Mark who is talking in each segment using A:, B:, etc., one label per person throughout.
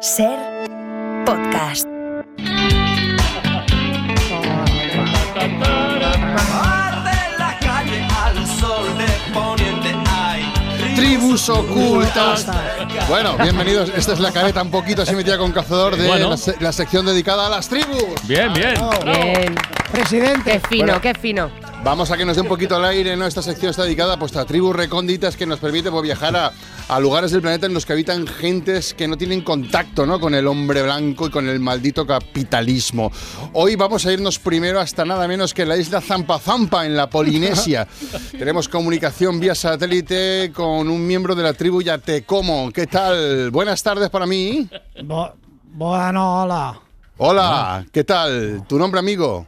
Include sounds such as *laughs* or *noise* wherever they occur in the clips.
A: Ser podcast.
B: Arde la calle al sol de poniente hay
C: Tribus ocultas. Bueno, bienvenidos. Esta es la careta un poquito así metida con cazador de
D: Bueno.
C: la, se- la sección dedicada a las tribus.
D: Bien, bien.
C: Ah,
E: Bien.
F: Presidente.
E: Qué fino,
C: Bueno.
E: qué fino.
C: Vamos a que nos dé un poquito el aire, ¿no? Esta sección está dedicada pues, a tribus recónditas que nos permite pues, viajar a, a lugares del planeta en los que habitan gentes que no tienen contacto ¿no? con el hombre blanco y con el maldito capitalismo. Hoy vamos a irnos primero hasta nada menos que la isla Zampazampa, en la Polinesia. Tenemos comunicación vía satélite con un miembro de la tribu Yatecomo. ¿Qué tal? Buenas tardes para mí.
F: Bo- bueno, hola.
C: Hola, ¿qué tal? ¿Tu nombre, amigo?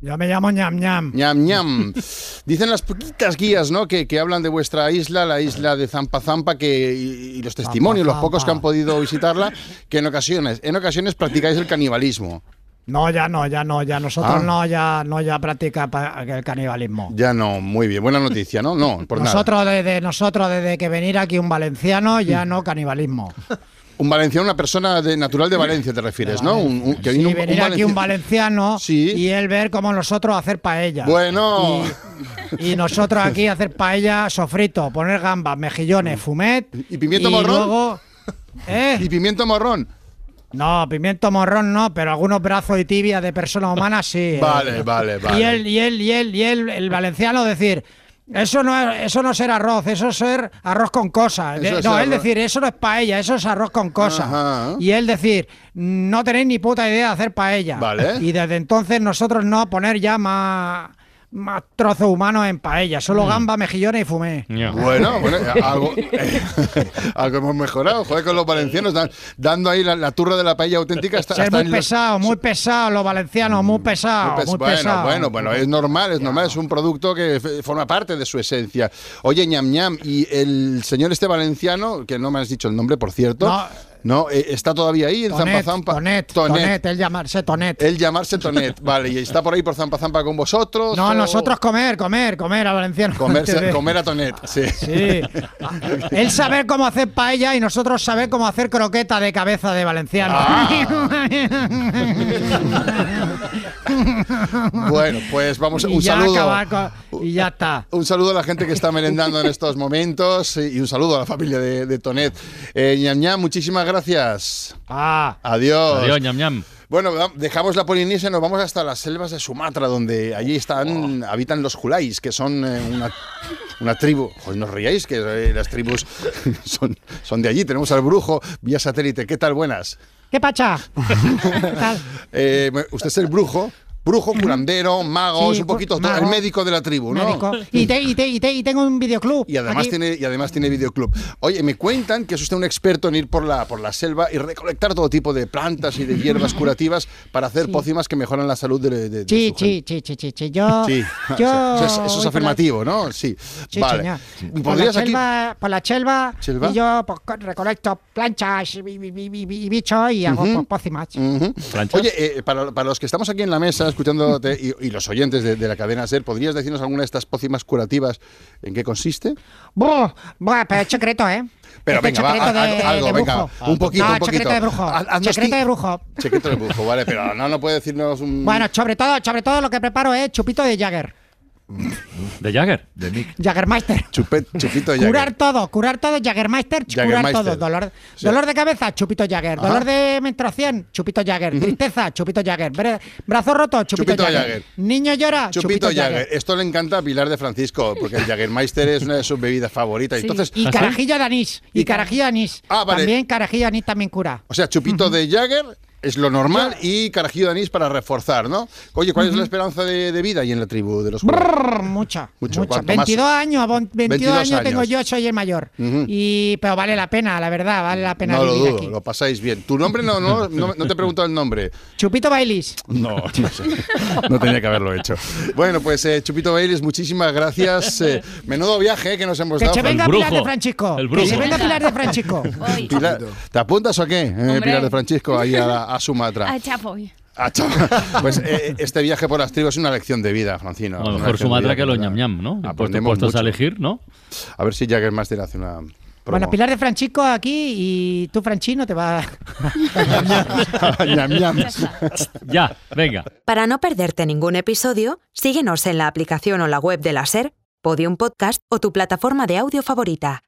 F: Yo me llamo ñam ñam.
C: Ñam, ñam. *laughs* Dicen las poquitas guías ¿no? que, que hablan de vuestra isla, la isla de Zampa Zampa, que, y, y los testimonios, los
F: Zampa.
C: pocos que han podido visitarla, que en ocasiones, en ocasiones practicáis el canibalismo.
F: No, ya no, ya no, ya nosotros
C: Ah.
F: no, ya no, ya practica pa- el canibalismo.
C: Ya no, muy bien, buena noticia, ¿no? No, por nada.
F: Nosotros desde, nosotros desde que venir aquí un valenciano ya no canibalismo.
C: Un valenciano, una persona de, natural de Valencia, te refieres, ¿no? Un- un- que
F: Sí,
C: vino un- un
F: venir aquí un
C: valenci-
F: valenciano
C: Sí.
F: y él ver cómo nosotros hacer paella.
C: Bueno,
F: Y nosotros aquí hacer paella sofrito, poner gambas, mejillones, fumet.
C: Mm. ¿Y pimiento morrón?
F: luego- ¿Eh?
C: *laughs* y pimiento morrón.
F: No, pimiento morrón no, pero algunos brazos y tibia de personas humanas sí. eh.
C: Vale, vale, vale.
F: Y él, y él, y él, y él, el valenciano decir, eso no es, eso no es ser arroz, eso es ser arroz con cosas.
C: Eso
F: De-
C: es
F: no, él
C: arroz.
F: decir, eso no es paella, eso es arroz con cosas.
C: Ajá.
F: Y él decir, no tenéis ni puta idea de hacer paella.
C: Vale.
F: Y desde entonces nosotros no poner ya más, más trozos humanos en paella,
C: Mm.
F: solo gamba, mejillones y fumé.
D: Ya.
C: Bueno, bueno, eh, algo, *laughs* eh, algo hemos mejorado. Joder, con los valencianos dan- dando ahí la, la turra de la paella auténtica hasta,
F: Ser
C: hasta
F: muy
C: en los-
F: pesado, muy pesado, los valencianos, muy pesado,
C: Pues
F: muy
C: bueno,
F: pesado.
C: bueno, bueno, es normal, es normal, es un producto que f- forma parte de su esencia. Oye, ñam ñam, y el señor este valenciano, que no me has dicho el nombre, por cierto, no,
F: No.
C: eh, está todavía ahí en Zampa
F: Tonet,
C: Zampa.
F: Tonet,
C: Tonet.
F: Tonet, él llamarse Tonet.
C: Él llamarse Tonet, vale, y está por ahí por Zampa Zampa con vosotros.
F: no,
C: o-
F: nosotros comer, comer, comer a valenciano.
C: Comerse-
F: Antes de-
C: comer a Tonet, sí. *laughs*
F: Sí. Él saber cómo hacer paella y nosotros saber cómo hacer croqueta de cabeza de valenciano.
C: Ah.
F: *laughs*
C: Bueno, pues vamos,
F: *laughs* y
C: un
F: ya
C: saludo.
F: acabar con- y ya está.
C: Un saludo a la gente que está merendando en estos momentos y un saludo a la familia de, de Tonet. Eh, ñam, ñam, muchísimas gracias.
F: Ah,
C: Adiós.
D: Adiós, ñam ñam.
C: Bueno, va- dejamos la Polinesia y nos vamos hasta las selvas de Sumatra, donde allí están,
D: Oh.
C: habitan los Julais, que son eh, una, una tribu. Joder, no os riáis, que eh, las tribus *laughs* son, son de allí. Tenemos al brujo vía satélite. ¿Qué tal? Buenas. *laughs*
F: ¿qué pacha? ¿Qué tal?
C: Eh, usted es el brujo. Brujo, curandero, mago,
F: Sí,
C: es un poquito
F: pu-
C: todo, el
F: mago.
C: médico de la tribu, ¿no?
F: Médico. Y, te- y te- y te- y tengo un videoclub.
C: Y además,
F: aquí.
C: tiene, y además tiene videoclub. Oye, me cuentan que es usted un experto en ir por la, por la selva y recolectar todo tipo de plantas y de
F: *laughs*
C: hierbas curativas para hacer pócimas que mejoran la salud de, de- de
F: Sí,
C: su
F: sí,
C: gente.
F: sí, sí, sí, sí, Yo, *laughs*
C: Sí,
F: yo
C: *laughs* eso, es- eso es
F: voy por la-
C: afirmativo, ¿no? Sí,
F: Sí,
C: vale.
F: señor. Por la,
C: ¿Podrías aquí...?
F: chelva, por la chelva,
C: Chelva.
F: y yo pues, co- recolecto planchas y, bi- bi- bi- bi- bi- bichos y hago pues, pócimas.
C: Ujú.
D: ¿Planchas?
C: Oye, eh, para, para los que estamos aquí en la mesa escuchándote y, y los oyentes de, de la cadena SER, ¿podrías decirnos alguna de estas pócimas curativas en qué consiste?
F: Buh, buah,
C: *laughs*
F: pero es secreto, ¿eh?
C: Pero
F: Este
C: venga, va,
F: secreto
C: a- a- algo, venga,
F: brujo.
C: un poquito,
F: no,
C: un poquito.
F: secreto de brujo.
C: Haz- Mm. haznos
F: secreto
C: ti-
F: de brujo.
C: Chequete el brujo, vale, pero no, no puede decirnos un...
F: Bueno, sobre todo, sobre todo lo que preparo es chupito de Jagger.
D: ¿De Jagger?
F: Jaggermeister.
C: Chupet, chupito de
F: Curar
C: Jagger.
F: todo, curar todo, Jaggermeister, curar
C: Jägermeister.
F: todo. Dolor,
C: Sí.
F: dolor de cabeza, chupito Jagger.
C: Ajá.
F: Dolor de menstruación, chupito Jagger. Tristeza, chupito Jagger. Bra- brazo roto, chupito,
C: Chupito
F: Jagger.
C: Jäger.
F: Niño llora,
C: Chupito
F: chupito, Jagger.
C: Jagger. Esto le encanta a Pilar de Francisco, porque el Jaggermeister es una de sus bebidas favoritas. Entonces,
F: y
D: ¿Ah, sí?
F: carajillo de anís. Y carajillo de anís.
C: Ah, vale.
F: También carajillo de anís también cura.
C: o sea, chupito de Jagger es lo normal y carajillo de anís para reforzar, ¿no? Oye, ¿cuál es la esperanza de, de vida ahí en la tribu de los curas?
F: Brrr, mucha,
C: Mucho,
F: mucha.
C: cuanto más-
F: 22 años, bon- 22,
C: 22
F: años tengo
C: años.
F: yo, soy el mayor.
C: Ujú.
F: y, pero vale la pena, la verdad, vale la pena
C: No lo
F: vivir
C: dudo,
F: aquí.
C: lo pasáis bien. Tu nombre no, no, no, no te he preguntado el nombre.
F: Chupito Bailis. *laughs*
C: No, no sé. No tenía que haberlo hecho. Bueno, pues eh, Chupito Bailes, muchísimas gracias. Eh, menudo viaje eh, que nos hemos
F: Que
C: dado.
F: se
C: Fran-
F: venga
D: brujo,
F: Pilar de Francisco.
D: el
F: Que se
D: brujo.
F: venga Pilar
C: *laughs*
F: de Francisco.
G: Hoy.
C: Pilar, ¿Te apuntas o qué, eh, Pilar de Francisco, ahí a, la- a Sumatra?
G: *laughs* Ah, chapoy. *laughs*
C: Ah, chaval. Pues eh, este viaje por las tribus es una lección de vida, Francino.
D: A lo
C: Una
D: mejor
C: lección de
D: Sumatra
C: vida, Ah, pues
D: que los
C: ¿verdad?
D: ñam ñam, ¿no? Puesto-
C: Aprendemos
D: Puestos a
C: mucho.
D: elegir, ¿no?
C: A ver si Jagger Master hace una,
F: Bueno, Pilar de Francisco aquí y tú, Franchino, te vas.
C: *laughs* Ñam, ñam.
D: Ya, venga.
A: Para no perderte ningún episodio, síguenos en la aplicación o la web de la SER, Podium Podcast o tu plataforma de audio favorita.